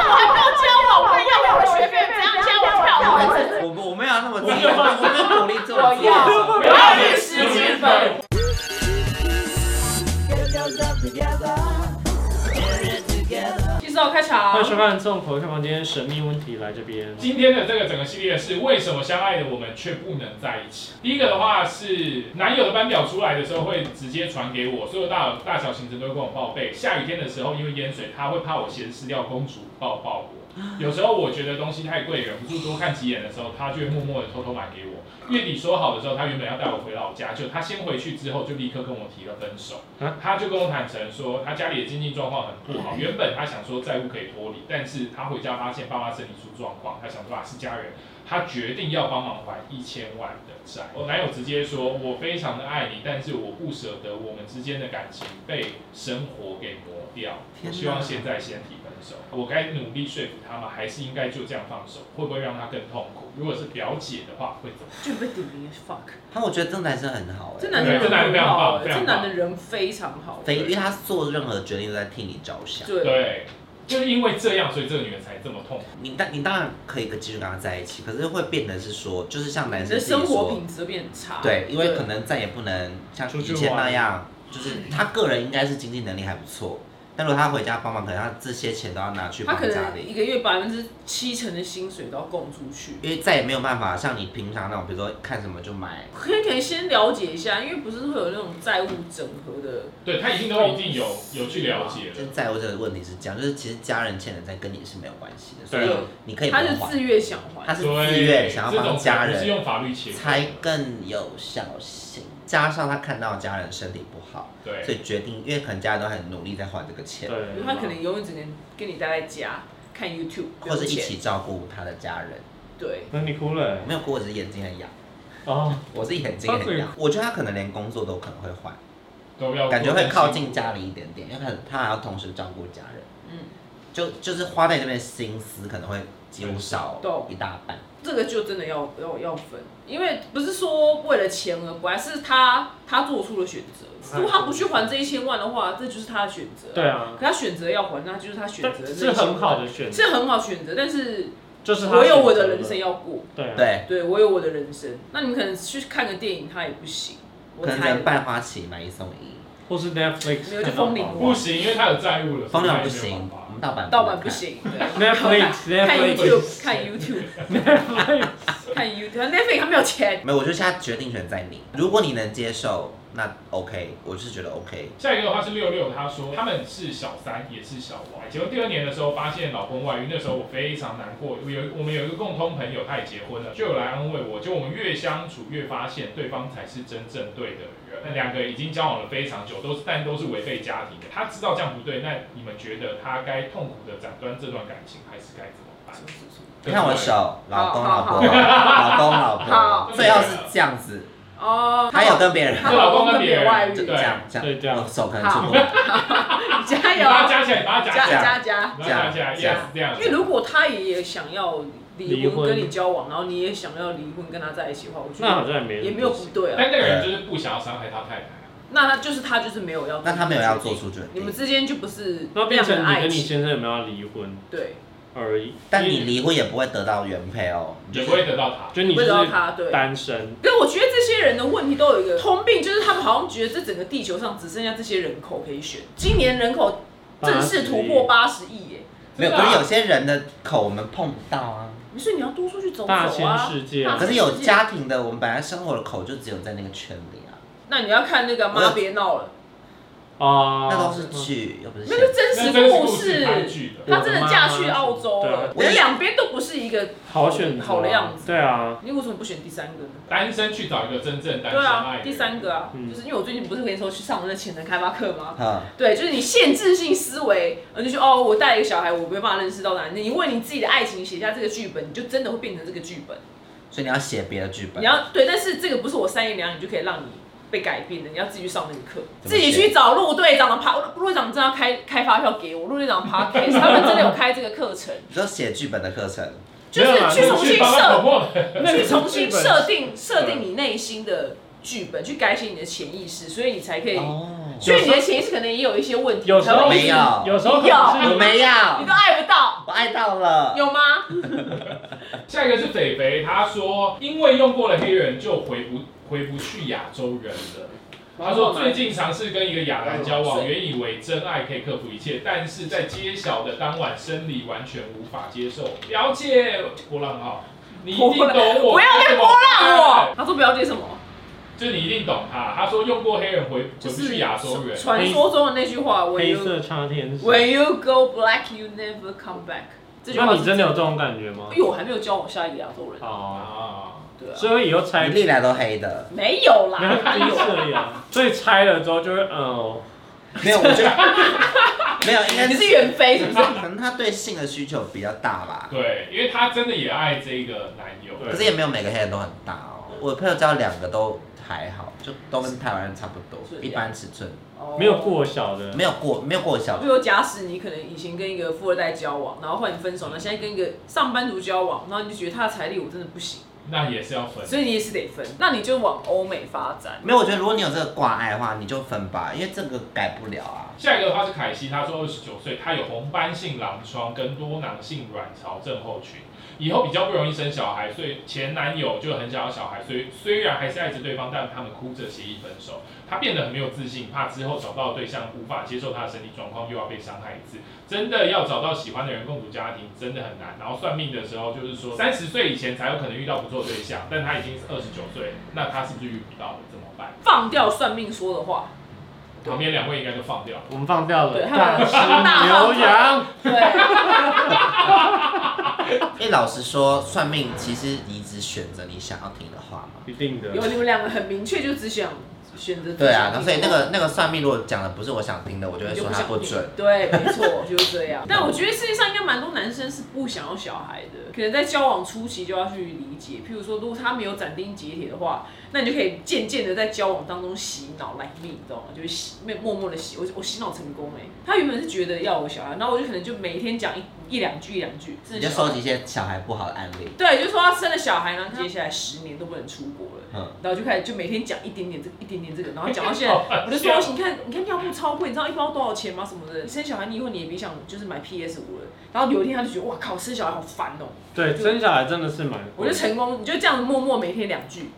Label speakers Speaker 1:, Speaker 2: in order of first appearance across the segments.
Speaker 1: 啊
Speaker 2: 长
Speaker 3: 欢迎。收看《众口消防间神秘问题》来这边。
Speaker 4: 今天的这个整个系列是为什么相爱的我们却不能在一起？第一个的话是男友的班表出来的时候会直接传给我，所有大大小行程都会跟我报备。下雨天的时候因为淹水，他会怕我闲湿掉公主抱抱我。有时候我觉得东西太贵，忍不住多看几眼的时候，他就会默默的偷偷买给我。月底说好的时候，他原本要带我回老家，就他先回去之后，就立刻跟我提了分手
Speaker 3: 啊。
Speaker 4: 他就跟我坦诚说，他家里的经济状况很不好，原本他想说债务可以脱离，但是他回家发现爸妈身体出状况，他想说啊是家人，他决定要帮忙还一千万的债。我男友直接说，我非常的爱你，但是我不舍得我们之间的感情被生活给磨掉。我
Speaker 2: 天哪
Speaker 4: 希望现在先提分手，我该努力说服他吗？还是应该就这样放手？会不会让他更痛苦？如果是表姐的话，会怎么样？
Speaker 1: 就被顶离 fuck。
Speaker 2: 他我觉得这男生很好哎、
Speaker 1: 这男的人
Speaker 4: 对这男的非常
Speaker 1: 很好
Speaker 4: 棒
Speaker 1: 哎
Speaker 4: 非常
Speaker 1: 这
Speaker 4: 棒
Speaker 1: 男的人非常好。
Speaker 2: 非因为他做任何决定都在替你着想。
Speaker 1: 对，
Speaker 4: 对，就是因为这样，所以这个女人才这么痛苦。
Speaker 2: 你当你当然可以继续跟他在一起，可是会变得是说，就是像男
Speaker 1: 你
Speaker 2: 生
Speaker 1: 的
Speaker 2: 自己
Speaker 1: 生活
Speaker 2: 说，
Speaker 1: 品质变差。
Speaker 2: 对，因为
Speaker 1: 对
Speaker 2: 可能再也不能像
Speaker 3: 出去
Speaker 2: 以前
Speaker 3: 玩
Speaker 2: 那样，就是他个人应该是经济能力还不错，但如果他回家帮忙，可能他这些钱都要拿去
Speaker 1: 他
Speaker 2: 帮
Speaker 1: 可
Speaker 2: 家
Speaker 1: 能
Speaker 2: 里，
Speaker 1: 一个月百分之七成的薪水都要供出去。
Speaker 2: 因为再也没有办法像你平常那种，比如说看什么就买，
Speaker 1: 可以可以先了解一下，因为不是会有那种债务整合的，
Speaker 4: 对她一定都一定有
Speaker 2: 哦
Speaker 4: 有去了解
Speaker 2: 就是
Speaker 4: 了，
Speaker 2: 债务这个问题是这样，就是其实家人欠的债跟你是没有关系的，所
Speaker 3: 对啊
Speaker 2: 以你可以不
Speaker 1: 他
Speaker 2: 用
Speaker 1: 是
Speaker 2: 还，
Speaker 1: 自愿想
Speaker 2: 他
Speaker 1: 还，
Speaker 2: 是自愿
Speaker 4: 对，
Speaker 2: 想
Speaker 4: 这
Speaker 2: 要
Speaker 4: 种
Speaker 2: 帮家
Speaker 4: 才不是
Speaker 2: 人，
Speaker 4: 用法律切割
Speaker 2: 才
Speaker 4: 的
Speaker 2: 更有效性，加上他看到家人身体不好。所
Speaker 4: 对，
Speaker 2: 以决定，因为可能家人都很努力在还这个钱，
Speaker 1: 因为
Speaker 3: 对，
Speaker 1: 他可能永远只能跟你待在家看 YouTube，
Speaker 2: 或者
Speaker 1: 是
Speaker 2: 一起照顾他的家人。
Speaker 1: 对，
Speaker 3: 那你哭了
Speaker 2: 我没有哭，我只是眼睛很痒，
Speaker 3: 哦，
Speaker 2: 我是眼睛很痒。我觉得他可能连工作都可能会换，
Speaker 4: 都要
Speaker 2: 感觉会靠近家里一点点，因为可能他还要同时照顾家人，
Speaker 1: 嗯，
Speaker 2: 就就是花在这边的心思可能会几乎少
Speaker 1: 懂
Speaker 2: 一大半。
Speaker 1: 这个就真的要要要分，因为不是说为了钱而不爱，是他他做出了选择，如果他不去还这一千万的话，这就是他的选择，
Speaker 3: 对，啊，
Speaker 1: 可他选择要还，那就是他选
Speaker 3: 但
Speaker 1: 择的
Speaker 3: 是很好
Speaker 1: 那
Speaker 3: 的选
Speaker 1: 一千万，
Speaker 3: 择，
Speaker 1: 是很好选择，但是
Speaker 3: 就是他
Speaker 1: 我有
Speaker 3: 选
Speaker 1: 我
Speaker 3: 择
Speaker 1: 的人生，要过，
Speaker 3: 对啊，
Speaker 2: 对，
Speaker 1: 对我有我的人生，那你可能去看个电影，他也不行，我
Speaker 2: 可能
Speaker 1: 猜
Speaker 2: 能半花旗买一送一，
Speaker 3: 或是 Netflix
Speaker 1: 没有就
Speaker 3: 看到
Speaker 1: 风铃
Speaker 3: 爆
Speaker 4: 不行，因为她有债务了，
Speaker 2: 风量不
Speaker 4: 所以她也没有
Speaker 2: 行
Speaker 4: 办，法
Speaker 2: 我们盗版
Speaker 1: 盗版不
Speaker 2: 看。
Speaker 1: 行。
Speaker 3: Netflix
Speaker 1: 看 YouTube，
Speaker 3: Netflix
Speaker 1: 看 YouTube，看 YouTube。Netflix 他没有钱，
Speaker 2: 没有，我觉得现在决定权在你。如果你能接受，那 OK，我是觉得 OK。
Speaker 4: 下一个的话是六六，他说他们是小三，也是小王。结婚第二年的时候，发现老公外遇，那时候我非常难过。我有我们有一个共同朋友，他也结婚了，就有来安慰我。就我们越相处越发现对方才是真正对的人。那两个已经交往了非常久，都是但都是违背家庭的。他知道这样不对，那你们觉得他该痛苦的斩断这段感情，还是该怎么办？
Speaker 2: 你看我手，老公老
Speaker 1: 好
Speaker 2: 婆，
Speaker 1: 好
Speaker 2: 老公老
Speaker 1: 好
Speaker 2: 婆，最后是这样子，
Speaker 1: 哦，
Speaker 2: 还有跟别人
Speaker 1: 他老公跟别人外
Speaker 2: 就
Speaker 1: 遇
Speaker 2: 这，样这
Speaker 3: 对
Speaker 2: 样，
Speaker 3: 这样
Speaker 2: 我手可能触碰，
Speaker 1: 加油，
Speaker 4: 你把它加起来，你把它加
Speaker 1: 加
Speaker 4: 起来，
Speaker 1: 加加。
Speaker 4: 你把它加起来，
Speaker 2: 加
Speaker 4: 也是这样
Speaker 1: 因。为如果他也也想要离
Speaker 3: 离婚
Speaker 1: 婚跟你交往，然后你也想要离婚跟他在一起的话，我觉
Speaker 3: 那好
Speaker 1: 得
Speaker 3: 像也没人
Speaker 1: 也没有不对啊。
Speaker 4: 但那个人就是不想要伤害他太太。
Speaker 1: 那他就是他就是没有要，
Speaker 2: 那他没有要做，出决
Speaker 1: 你们
Speaker 2: 定，
Speaker 1: 之间就不是
Speaker 3: 那变
Speaker 1: 那
Speaker 3: 成
Speaker 1: 样的
Speaker 3: 你
Speaker 1: 爱
Speaker 3: 跟你
Speaker 1: 情。
Speaker 3: 先生有没有要离婚
Speaker 1: 对，
Speaker 3: 而已，
Speaker 2: 但
Speaker 3: 因为
Speaker 2: 你离婚也不会得到原配哦，
Speaker 1: 啊
Speaker 4: 也不会得到他，
Speaker 3: 就你
Speaker 1: 不
Speaker 3: 就
Speaker 1: 知道
Speaker 3: 是
Speaker 1: 他对。
Speaker 3: 单身，
Speaker 1: 可是我觉得这些人的问题都有一个通病，就是他们好像觉得这整个地球上只剩下这些人口可以选。今年人口正式突破八十亿耶，
Speaker 2: 没有，可是有些人的口我们碰不到啊，
Speaker 1: 你说你要多出去走走
Speaker 3: 大千
Speaker 1: 啊。
Speaker 3: 世界，
Speaker 1: 大
Speaker 2: 可
Speaker 1: 千
Speaker 2: 是有家庭的，我们本来生活的口就只有在那个圈里啊，
Speaker 1: 那你要看那个
Speaker 2: 我
Speaker 1: 妈别闹了，
Speaker 3: 啊，
Speaker 2: 那都是剧，又不是
Speaker 1: 哦那个
Speaker 2: 现
Speaker 1: 真
Speaker 4: 那
Speaker 1: 实
Speaker 4: 真实
Speaker 1: 故
Speaker 4: 故事
Speaker 1: 事，
Speaker 4: 拍剧的。
Speaker 1: 她真的嫁去澳洲了，
Speaker 2: 对啊
Speaker 1: 人两边都不是一个。
Speaker 3: 好选择啊
Speaker 1: 好的样子
Speaker 3: 对啊，
Speaker 1: 你为什么不选第三个呢？
Speaker 4: 单身去找一个真正单
Speaker 1: 对
Speaker 4: 身爱的
Speaker 1: 啊，
Speaker 4: 人
Speaker 1: 第三个啊，
Speaker 3: 嗯
Speaker 1: 就是因为我最近不是跟你说去上那潜能开发课吗？
Speaker 2: 在，嗯，
Speaker 1: 对，就是你限制性思维，呃，就说哦，我带一个小孩，我没办法认识到男人。你为你自己的爱情写下这个剧本，你就真的会变成这个剧本。
Speaker 2: 所以你要写别的剧本
Speaker 1: 你，要对，但是这个不是我三言两语就可以让你被改变的，你要自己去上那个课，
Speaker 2: 怎么
Speaker 1: 自己
Speaker 2: 写
Speaker 1: 去找陆队长的趴，陆队长真的要开开发票给我，陆队长 p o d 他们真的有开这个课程，
Speaker 2: 你说写剧本的课程，
Speaker 1: 就
Speaker 3: 没有啦
Speaker 1: 是去重新
Speaker 4: 去帮他
Speaker 1: 设
Speaker 4: 捅破了
Speaker 3: 那
Speaker 1: 去
Speaker 3: 个
Speaker 1: 重新
Speaker 3: 呃剧本
Speaker 1: 设定设定你内心的剧本，去改写你的潜意识，所以你才可以，
Speaker 2: 哦，
Speaker 1: 所以你的潜意识可能也有一些问题，
Speaker 3: 有时
Speaker 1: 才
Speaker 3: 候
Speaker 1: 会一直
Speaker 2: 没有
Speaker 3: 有时候可
Speaker 2: 我
Speaker 3: 能是
Speaker 2: 没有，
Speaker 1: 你都爱不到，
Speaker 2: 我爱到了，
Speaker 1: 有吗？
Speaker 4: 下一个是肥肥，他说因为用过了黑人就回不回不去亚洲人了。他说最近尝试跟一个亚男交往，原以为真爱可以克服一切，但是在揭晓的当晚，生理完全无法接受。了解波浪号，你一定懂我，
Speaker 1: 不要再
Speaker 4: 波
Speaker 1: 浪我，，他说不要接什么，
Speaker 4: 就你一定懂他。他说用过黑人回回不去亚洲人，
Speaker 1: 传说中的那句话，When
Speaker 3: 黑
Speaker 1: you
Speaker 3: 色叉天使。
Speaker 1: When you go black, you never come back。这句
Speaker 3: 那
Speaker 1: 话
Speaker 3: 你
Speaker 1: 是
Speaker 3: 真的有这种感觉吗
Speaker 2: 哎
Speaker 1: 因？为我还没有交往下一个亚洲人，
Speaker 3: 哦，
Speaker 4: 啊，
Speaker 1: 对啊，
Speaker 3: 所以以后拆
Speaker 2: 你历来都黑的，
Speaker 1: 没有
Speaker 3: 没有
Speaker 1: 啦，
Speaker 3: 第一次 呀，所以拆了之后就会嗯哦，
Speaker 2: 没有，我觉得 没有，应该
Speaker 1: 你是袁飞是不是？
Speaker 2: 可能他对性的需求比较大吧，
Speaker 4: 对，因为他真的也爱这个男友，
Speaker 3: 对
Speaker 2: 可是也没有每个黑人都很大哦。我朋友交两个都还好，就都跟台湾人差不多
Speaker 1: 是，
Speaker 2: 一般尺寸，
Speaker 1: 哦
Speaker 3: 没有。过小的，
Speaker 2: 没有过没有过小
Speaker 1: 比。如假使你可能以前跟一个富二代交往，然后后来你分手了，现在跟一个上班族交往，然后你就觉得他的财力我真的不行，
Speaker 4: 那也是要分。
Speaker 1: 所以你也是得分，那你就往欧美发展。
Speaker 2: 没有，我觉得如果你有这个挂碍的话，你就分吧，因为这个改不了啊。
Speaker 4: 下一个的话是凯西，她说二十九岁，她有红斑性狼疮跟多囊性卵巢症候群，以后比较不容易生小孩，所以前男友就很想要小孩，所以虽然还是爱着对方，但他们哭着协议分手。她变得很没有自信，怕之后找到对象无法接受她的身体状况，又要被伤害一次。真的要找到喜欢的人共组家庭真的很难。然后算命的时候就是说三十岁以前才有可能遇到不错对象，但她已经是二十九岁，那她是不是遇不到了？怎么办？
Speaker 1: 放掉算命说的话，
Speaker 4: 旁边两位应该就放掉了。
Speaker 3: 我们放掉
Speaker 1: 对
Speaker 3: 了，
Speaker 1: 他们
Speaker 3: 大师牛羊，
Speaker 2: 啊
Speaker 1: 对，
Speaker 2: 因为老实说，算命其实你只选择你想要听的话嘛。
Speaker 3: 一定的，
Speaker 1: 有你们两个很明确就只想选择自己
Speaker 2: 对
Speaker 1: 想
Speaker 2: 啊，那
Speaker 1: 听
Speaker 2: 所以那
Speaker 1: 的话
Speaker 2: 个那个算命如果讲的不是我想听的，我就会
Speaker 1: 你就
Speaker 2: 说
Speaker 1: 不
Speaker 2: 他
Speaker 1: 想
Speaker 2: 不准。
Speaker 1: 听对，没错， 就是这样。但我觉得世界上应该蛮多男生是不想要小孩的，可能在交往初期就要去理解。譬如说，如果他没有斩钉截铁的话，那你就可以渐渐的在交往当中洗脑来命，你知道吗？就是洗，默默的洗。我我洗脑成功哎、他原本是觉得要我小孩，然后我就可能就每天讲一一两句一两句，真
Speaker 2: 你
Speaker 1: 的
Speaker 2: 就
Speaker 1: 小
Speaker 2: 收
Speaker 1: 孩
Speaker 2: 集一些小孩不好的案例。
Speaker 1: 对，就说他生了小孩，然后接下来十年都不能出国了。
Speaker 2: 嗯，
Speaker 1: 然后就开始就每天讲一点点这个一点点这个，然后讲到 现在，我就说你看你看尿布超贵，你知道一包多少钱吗？什么的，生小孩你以后你也别想就是买 PS 五了。然后有一天他就觉得哇靠，生小孩好烦哦、
Speaker 3: 对，生小孩真的是蛮，
Speaker 1: 我就成功，你就这样默默每天两句，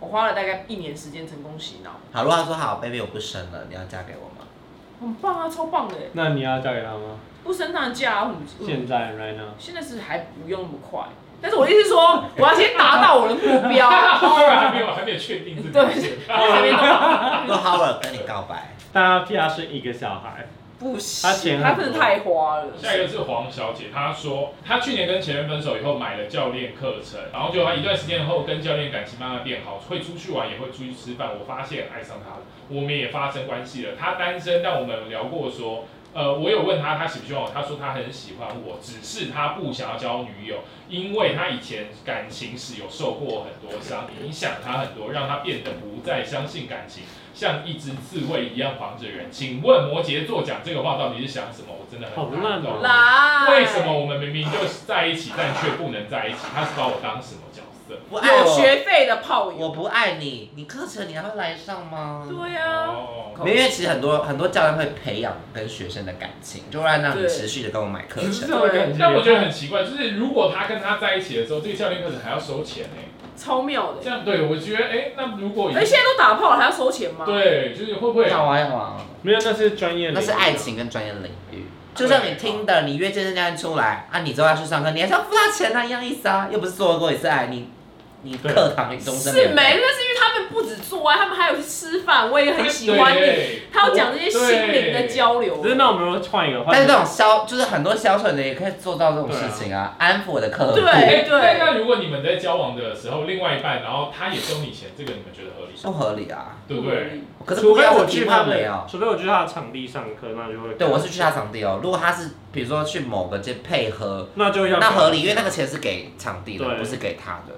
Speaker 1: 我花了大概一年时间成功洗脑，
Speaker 2: 好，如果他说好，baby 我不生了，你要嫁给我吗？
Speaker 1: 很棒啊，超棒的，
Speaker 3: 那你要嫁给他吗？
Speaker 1: 不生当然嫁啊，我们
Speaker 2: 嗯
Speaker 3: 现在 right now，
Speaker 1: 现在是还不用那么快，但是我的意思是说，我要先达到我的目 标，
Speaker 4: 还没有还没有确定这个。
Speaker 1: 对，还没到，
Speaker 2: 如果 Howard 跟你告白，
Speaker 3: 大家 PR 是一个小孩，
Speaker 1: 不
Speaker 3: 他
Speaker 1: 行，
Speaker 3: 钱很
Speaker 1: 他
Speaker 3: 多
Speaker 1: 真的太花了。
Speaker 4: 下一个是黄小姐，她说她去年跟前任分手以后买了教练课程，然后就她一段时间后跟教练感情慢慢变好，会出去玩也会出去吃饭。我发现爱上她了，我们也发生关系了。她单身，但我们有聊过说，呃，我有问她她喜不喜欢我，她说她很喜欢我，只是她不想要交女友，因为她以前感情史有受过很多伤，影响她很多，让她变得不再相信感情。像一只刺猬一样防着人，请问摩羯座讲这个话到底是想什么？我真的很
Speaker 3: 好
Speaker 4: 难
Speaker 3: 烂哦
Speaker 4: 懂
Speaker 1: 来，
Speaker 4: 为什么我们明明就是在一起，但却不能在一起？他是把我当什么角色？
Speaker 2: 不爱
Speaker 1: 有
Speaker 2: 我，
Speaker 1: 学费的炮
Speaker 2: 我
Speaker 1: 友？
Speaker 2: 不爱你，你课程你还会来上吗？
Speaker 1: 对啊呀、
Speaker 4: 哦，
Speaker 2: 没有因为其实很多很多教练会培养跟学生的感情，就会让你
Speaker 1: 对
Speaker 2: 持续的跟我买课
Speaker 3: 就
Speaker 2: 程
Speaker 3: 是。这种感觉。
Speaker 4: 但我觉得很奇怪，就是如果他跟他在一起的时候，这个教练课程还要收钱呢、
Speaker 1: 超妙
Speaker 4: 这
Speaker 1: 的。
Speaker 4: 样对我觉得，哎、那如果已
Speaker 1: 哎、现在都打炮了，还要收钱吗？，
Speaker 4: 对，就是会不会？
Speaker 2: 好啊好啊，
Speaker 3: 没有，那是专业，
Speaker 2: 那是爱，情跟专业领域。
Speaker 3: 啊
Speaker 2: 就像你听的，你约健身教练出来啊，你之后要去上课，你还是要付他钱啊，一样意思啊，又不是做过一次爱，你你
Speaker 3: 对啊
Speaker 2: 课堂你终身
Speaker 1: 是
Speaker 2: 免
Speaker 1: 没，
Speaker 2: 费
Speaker 1: 那是因为他们不止做爱，他们还有去吃饭，我也很喜欢你。
Speaker 4: 对
Speaker 1: 他要讲这些心灵的交流
Speaker 3: 只。是那我们如果换一个，
Speaker 2: 但
Speaker 3: 换一
Speaker 2: 是
Speaker 3: 个
Speaker 2: 这种销就是很多销售人也可以做到这种事情啊，安抚我的客户。
Speaker 1: 对
Speaker 4: 哎那那如果你们在交往的时候，另外一半，然后他也收你钱，这个你们觉得合理
Speaker 1: 嗯
Speaker 4: 吗？
Speaker 2: 不合理啊。
Speaker 4: 对不对？？
Speaker 2: 可是
Speaker 3: 除
Speaker 2: 不
Speaker 3: 非
Speaker 2: 要
Speaker 3: 我
Speaker 2: 我
Speaker 3: 去
Speaker 2: 去
Speaker 3: 他
Speaker 2: 判没
Speaker 3: 的
Speaker 2: 有，，
Speaker 3: 除非我去他的场地上课，那就会
Speaker 2: 对我是去他场地哦。如果他是比如说去某个街配合，
Speaker 3: 那就要
Speaker 2: 那合理，因为那个钱是给场地的，
Speaker 3: 啊对
Speaker 2: 不是给他的。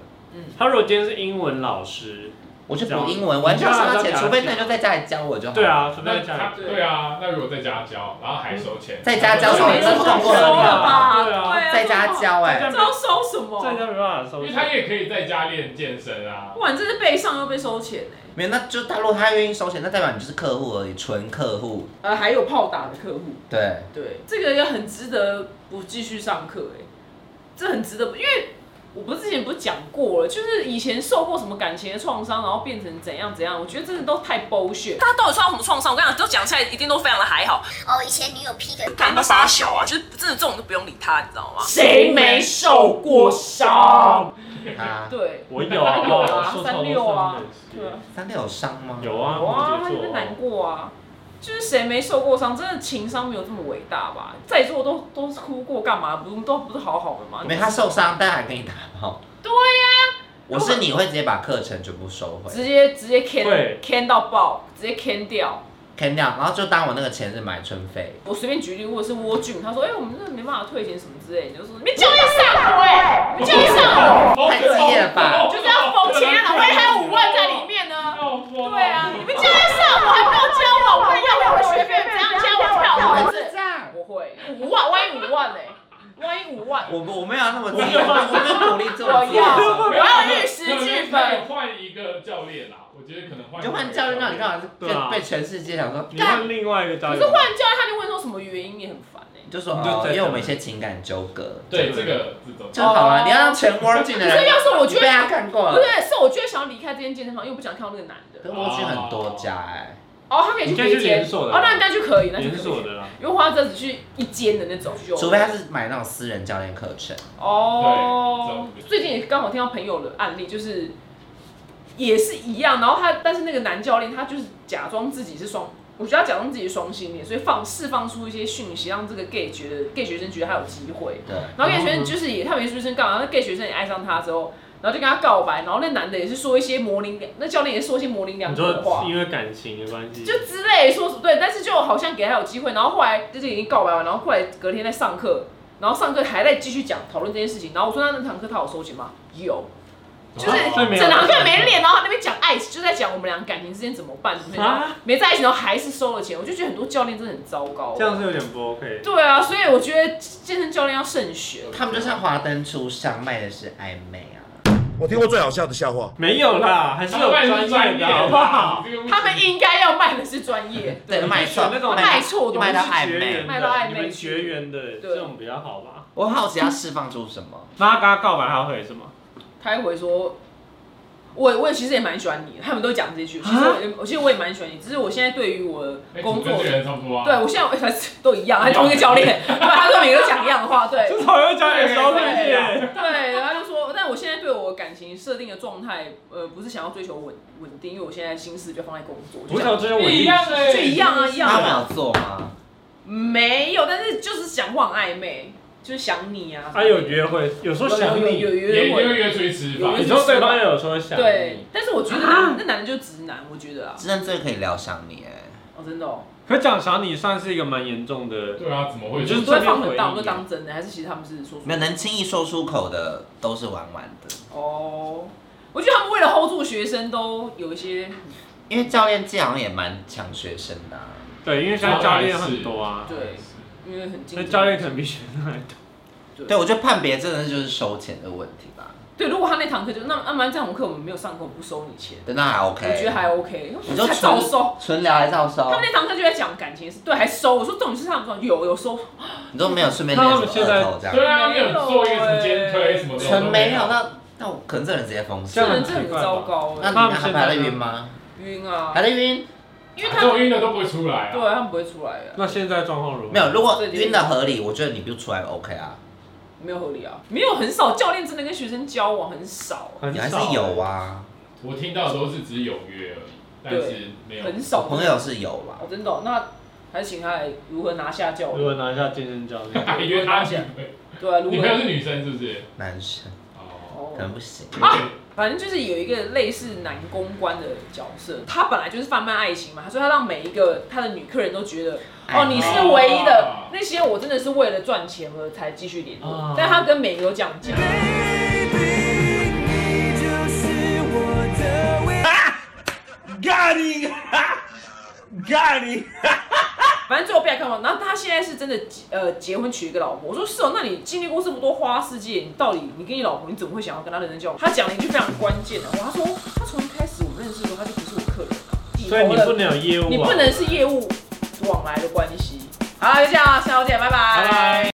Speaker 3: 他如果今天是英文老师，
Speaker 2: 我去补英文，完全是他钱，除非那你就在家里教我就好。
Speaker 3: 对，啊，除
Speaker 4: 那
Speaker 3: 非
Speaker 4: 他
Speaker 3: 他
Speaker 4: 对啊，那如果在家教，然后还收钱，
Speaker 2: 在家教
Speaker 1: 那
Speaker 2: 授
Speaker 1: 没
Speaker 2: 也是
Speaker 1: 有
Speaker 2: 不
Speaker 1: 收
Speaker 2: 通过
Speaker 1: 收
Speaker 2: 合理
Speaker 1: 了
Speaker 2: 啊，
Speaker 1: 吧？
Speaker 3: 对啊
Speaker 1: 啊
Speaker 2: 在家，教哎、
Speaker 1: 这要收什
Speaker 3: 在
Speaker 1: 么？
Speaker 3: 家没办法收
Speaker 4: 因为
Speaker 3: 拾。
Speaker 4: 他也可以在家练健身啊。
Speaker 1: 哇，你这是被上又被收钱哎、
Speaker 2: 没有，那就他如果他愿意收钱，那代表你就是客户而已，纯客户。
Speaker 1: 呃，还有炮打的客户。
Speaker 2: 对，
Speaker 1: 欸对，这个也很值得不继续上课哎、这很值得不，因为我不是之前不是讲过了，就是以前受过什么感情的创伤，然后变成怎样怎样，我觉得真的都太 bullshit。大家到底受到什么创伤？我跟你讲，都讲起来一定都非常的还好，
Speaker 5: 哦，以前女友劈腿，
Speaker 1: 他傻小啊，就是真的这种就不用理他，你知道吗？
Speaker 3: 谁没受过伤？
Speaker 2: 啊，
Speaker 1: 嗯对，
Speaker 3: 我有
Speaker 1: 有
Speaker 3: 啊，
Speaker 1: 啊
Speaker 3: 受超
Speaker 1: 三
Speaker 3: 多
Speaker 1: 六啊
Speaker 3: 伤的，
Speaker 1: 对啊，
Speaker 2: 三六有伤吗？
Speaker 3: 有啊，
Speaker 1: 有啊，
Speaker 3: 摩
Speaker 1: 他
Speaker 3: 羯
Speaker 1: 就
Speaker 3: 座
Speaker 1: 是
Speaker 3: 啊
Speaker 1: 难过啊。就是谁没受过伤？真的情商没有这么伟大吧？在座都都是哭过干嘛？不是都不是好好的吗？
Speaker 2: 没他啊受伤，但还跟你打炮。
Speaker 1: 对呀、
Speaker 2: 我是你会直接把课程全部收
Speaker 1: 啊
Speaker 2: 回
Speaker 1: 直接直接 can
Speaker 3: 对
Speaker 1: can 到爆，直接 can 掉。
Speaker 2: ，can 掉，然后就当我那个钱是买春费。
Speaker 1: 我随便举例，如果是蜗苣，他说：“哎、我们这没办法退钱什么之类的，你就说你们就是要上我哎、你就是要上
Speaker 2: 太激烈了吧
Speaker 1: 我，就是要封钱啊， 我也还有五万在里面呢。”对
Speaker 4: 对
Speaker 1: 啊，你们就是要上我，还不用交往，我也要我的学费，怎样教哦我跳 舞？
Speaker 2: 这样，
Speaker 1: 我会五万，万一五万呢、万一五万，
Speaker 2: 我我没有那么激烈，我没有鼓励这种
Speaker 1: 我
Speaker 2: 激烈的行
Speaker 1: 要，
Speaker 2: 为
Speaker 1: 我要玉石俱焚。
Speaker 4: 换一个教练啦，我觉得可能换。
Speaker 2: 你就换教练，那你干嘛是
Speaker 3: 对啊
Speaker 2: 被被全世界想说
Speaker 3: 你
Speaker 2: 干？
Speaker 3: 问另外一个教
Speaker 1: 可
Speaker 3: 练
Speaker 1: 是，换教练，他就问说什么原因也很烦哎、
Speaker 2: 你就说
Speaker 3: 你就
Speaker 2: 哦，
Speaker 3: 在
Speaker 2: 因为我们一些情感纠葛，
Speaker 4: 对这个这种，
Speaker 2: 就好
Speaker 1: 哦
Speaker 2: 了。你要让全 working 的
Speaker 1: 可是
Speaker 2: 人，
Speaker 1: 要是我觉得
Speaker 2: 被他看过
Speaker 1: 不
Speaker 2: 了，
Speaker 1: 是，是我觉得想要离开这间健身房，因为我不想看到那个男的。
Speaker 2: 可是 working 很多家哎，
Speaker 1: 哦，他可以去
Speaker 3: 你可以
Speaker 1: 别
Speaker 3: 去
Speaker 1: 间，
Speaker 3: 连锁的
Speaker 1: 哦，那那就可以，那就
Speaker 3: 连
Speaker 1: 可
Speaker 3: 锁
Speaker 1: 以。
Speaker 3: 的啦，
Speaker 1: 因为花泽只去一间的那种，就
Speaker 2: 除非他是买那种私人教练课程，
Speaker 1: 哦
Speaker 4: 对。
Speaker 1: 最近也刚好听到朋友的案例，就是也是一样，然后他但是那个男教练他就是假装自己是双，我觉得他假装自己是双性恋，所以放释放出一些讯息，让这个 gay 觉得 gay 学生觉得他有机会。
Speaker 2: 对，
Speaker 1: 然后 gay 学生就是也，他们也学生干嘛？那 gay 学生也爱上他之后，然后就跟他告白，然后那男的也是说一些模棱两，那教练也说一些模棱两
Speaker 3: 你
Speaker 1: 可的
Speaker 3: 说
Speaker 1: 话，
Speaker 3: 因为感情的关系，
Speaker 1: 就之类说对，但是就好像给他有机会，然后后来就是已经告白完，然后后来隔天在上课，然后上课还在继续讲讨论这件事情，然后我说那那堂课他有收钱吗？有，就是
Speaker 3: 啊所以没有
Speaker 1: 整堂课没练，然后他那边讲爱情，就在讲我们俩感情之间怎么办，怎么样，
Speaker 3: 啊
Speaker 1: 没在一起，然后还是收了钱，我就觉得很多教练真的很糟糕
Speaker 3: 这。样是有点不 OK。
Speaker 1: 对啊，所以我觉得健身教练要慎选。
Speaker 2: 他们就像华灯初上，卖的是暧昧啊。
Speaker 6: 我听过最好笑的笑话。
Speaker 3: 没有啦，还是有专业的好不好？？
Speaker 1: 他们应该要卖的是专业，
Speaker 2: 对，卖错，
Speaker 3: 那种
Speaker 1: 卖错东
Speaker 2: 卖到
Speaker 1: 西。
Speaker 2: 暧
Speaker 3: 学员
Speaker 2: 昧。
Speaker 1: 卖到暧昧
Speaker 3: 的，你们学员的这种比较好吧？
Speaker 2: 我好奇他释放出什 么？
Speaker 3: 那他跟他告白他会什么？
Speaker 1: 他还回说，我我也其实也蛮喜欢你的，他们都讲这句，其实
Speaker 3: 啊
Speaker 1: 我也我其实我也蛮喜欢你，只是我现在对于我的
Speaker 3: 哎
Speaker 1: 工作，
Speaker 4: 哎人差不多啊。
Speaker 1: 对我现在我反正都一样，还同一个教 练，对，他跟每个都讲一样的话，对。
Speaker 3: 这讨厌教练烧退
Speaker 1: 对
Speaker 3: 线。
Speaker 1: 对，然后他就说，但我现在对我感情设定的状态，呃，不是想要追求稳稳定，因为我现在心思就放在工作，
Speaker 3: 我
Speaker 1: 就
Speaker 3: 想
Speaker 1: 想
Speaker 3: 这种我
Speaker 4: 一样哎，
Speaker 1: 就一样啊，一样
Speaker 2: 他们
Speaker 1: 啊，
Speaker 2: 有做吗？
Speaker 1: 没有，但是就是想往暧昧，就是想你啊，
Speaker 3: 他有约会，有时候想
Speaker 1: 有
Speaker 3: 你，
Speaker 1: 有有
Speaker 4: 也
Speaker 1: 约
Speaker 4: 也会
Speaker 1: 会，
Speaker 4: 约出去吃饭
Speaker 3: 你。说对方也有说想
Speaker 1: 对
Speaker 3: 你，，
Speaker 1: 但是我觉得
Speaker 2: 啊
Speaker 1: 那那男的就是直男，我觉得啊，
Speaker 2: 真的最可以聊想你哎，
Speaker 1: 哦，真的哦。
Speaker 3: 可讲想你算是一个蛮严重的，
Speaker 4: 对啊，怎么会？
Speaker 3: 就是
Speaker 1: 都会放很大，我们就当真的，还是其实他们是说
Speaker 2: 啊没有能轻易说出口的都是玩玩的，
Speaker 1: 哦。我觉得他们为了 hold 住学生，都有一些
Speaker 2: 因为教练界好像也蛮抢学生的啊、
Speaker 3: 对，因为现在教练很多
Speaker 2: 嗯
Speaker 3: 啊，
Speaker 1: 对，因为很竞
Speaker 3: 那
Speaker 1: 争。
Speaker 3: 教练可能比学生还多。
Speaker 2: 对，我觉得判别真的就是收钱的问题吧，
Speaker 1: 对，如果他那堂课就那那蛮这堂课我们没有上课，我不收你钱，
Speaker 2: 对，那还 OK。
Speaker 1: 我觉得还 OK。
Speaker 2: 你说
Speaker 1: 才
Speaker 2: 纯哦
Speaker 1: 照收。
Speaker 2: 纯聊还是要收
Speaker 1: 他们？那堂课就在讲感情事，对，还收。我说重点是他们说有有收，
Speaker 2: 你说没有顺便
Speaker 3: 那
Speaker 2: 练
Speaker 3: 他
Speaker 2: 什
Speaker 3: 们
Speaker 2: 么二头这样？
Speaker 4: 对啊，没有做一
Speaker 1: 欸
Speaker 4: 个什么肩推什么的，
Speaker 2: 纯没有，那那我可能这人直接封
Speaker 3: 这
Speaker 1: 这
Speaker 3: 样
Speaker 2: 杀。
Speaker 1: 人真的很糟糕
Speaker 2: 那
Speaker 1: 哎，
Speaker 2: 你还还在晕吗？
Speaker 1: 晕啊
Speaker 2: 还，在晕？
Speaker 1: 因为
Speaker 4: 这
Speaker 1: 他
Speaker 4: 种晕的都不会出来啊。
Speaker 1: 对他们不会出来的，
Speaker 3: 那现在状况如何？
Speaker 2: 没有，如果晕的合理，我觉得你不出来 OK 啊，
Speaker 1: 没有合理啊，没有很少教练真的跟学生交往很少，
Speaker 3: 很
Speaker 2: 你
Speaker 3: 少
Speaker 2: 还是有啊，
Speaker 4: 我听到的都是只有约而已，但是没有。
Speaker 1: 很
Speaker 3: 欸
Speaker 1: 少
Speaker 2: 朋友是有啦
Speaker 1: 哦，。真的哦、那还是请他来如何拿下教
Speaker 3: 如
Speaker 1: 练？
Speaker 3: 果拿下健身教练，
Speaker 4: 你约他去，
Speaker 1: 对啊，如
Speaker 4: 你朋友
Speaker 1: 何？
Speaker 4: 是女生是不是？
Speaker 2: 男生
Speaker 4: 哦，
Speaker 1: 哦，
Speaker 2: 可能不行。
Speaker 1: 啊反正就是有一个类似男公关的角色，他本来就是贩卖爱情嘛，所以他让每一个他的女客人都觉得，
Speaker 2: 哎
Speaker 1: 哦，你是唯一的
Speaker 4: 哦，
Speaker 1: 那些我真的是为了赚钱而才继续联络
Speaker 2: 啊
Speaker 3: 哦，
Speaker 1: 但他跟每一个都这样讲。
Speaker 6: 咖喱，咖喱。
Speaker 1: 反正最后被他看到，然后他现在是真的结呃结婚娶一个老婆。我说是哦，那你经历过这么多花世界，你到底你跟你老婆你怎么会想要跟她认真交往？他讲了一句非常关键的话，他说他从一开始我们认识的时候他就不是我客人啊，
Speaker 3: 所以你
Speaker 1: 投了
Speaker 3: 不能有业务、啊，
Speaker 1: 你不能是业务往来的关系。好，就这样啊，下周见，拜拜。
Speaker 3: 拜拜。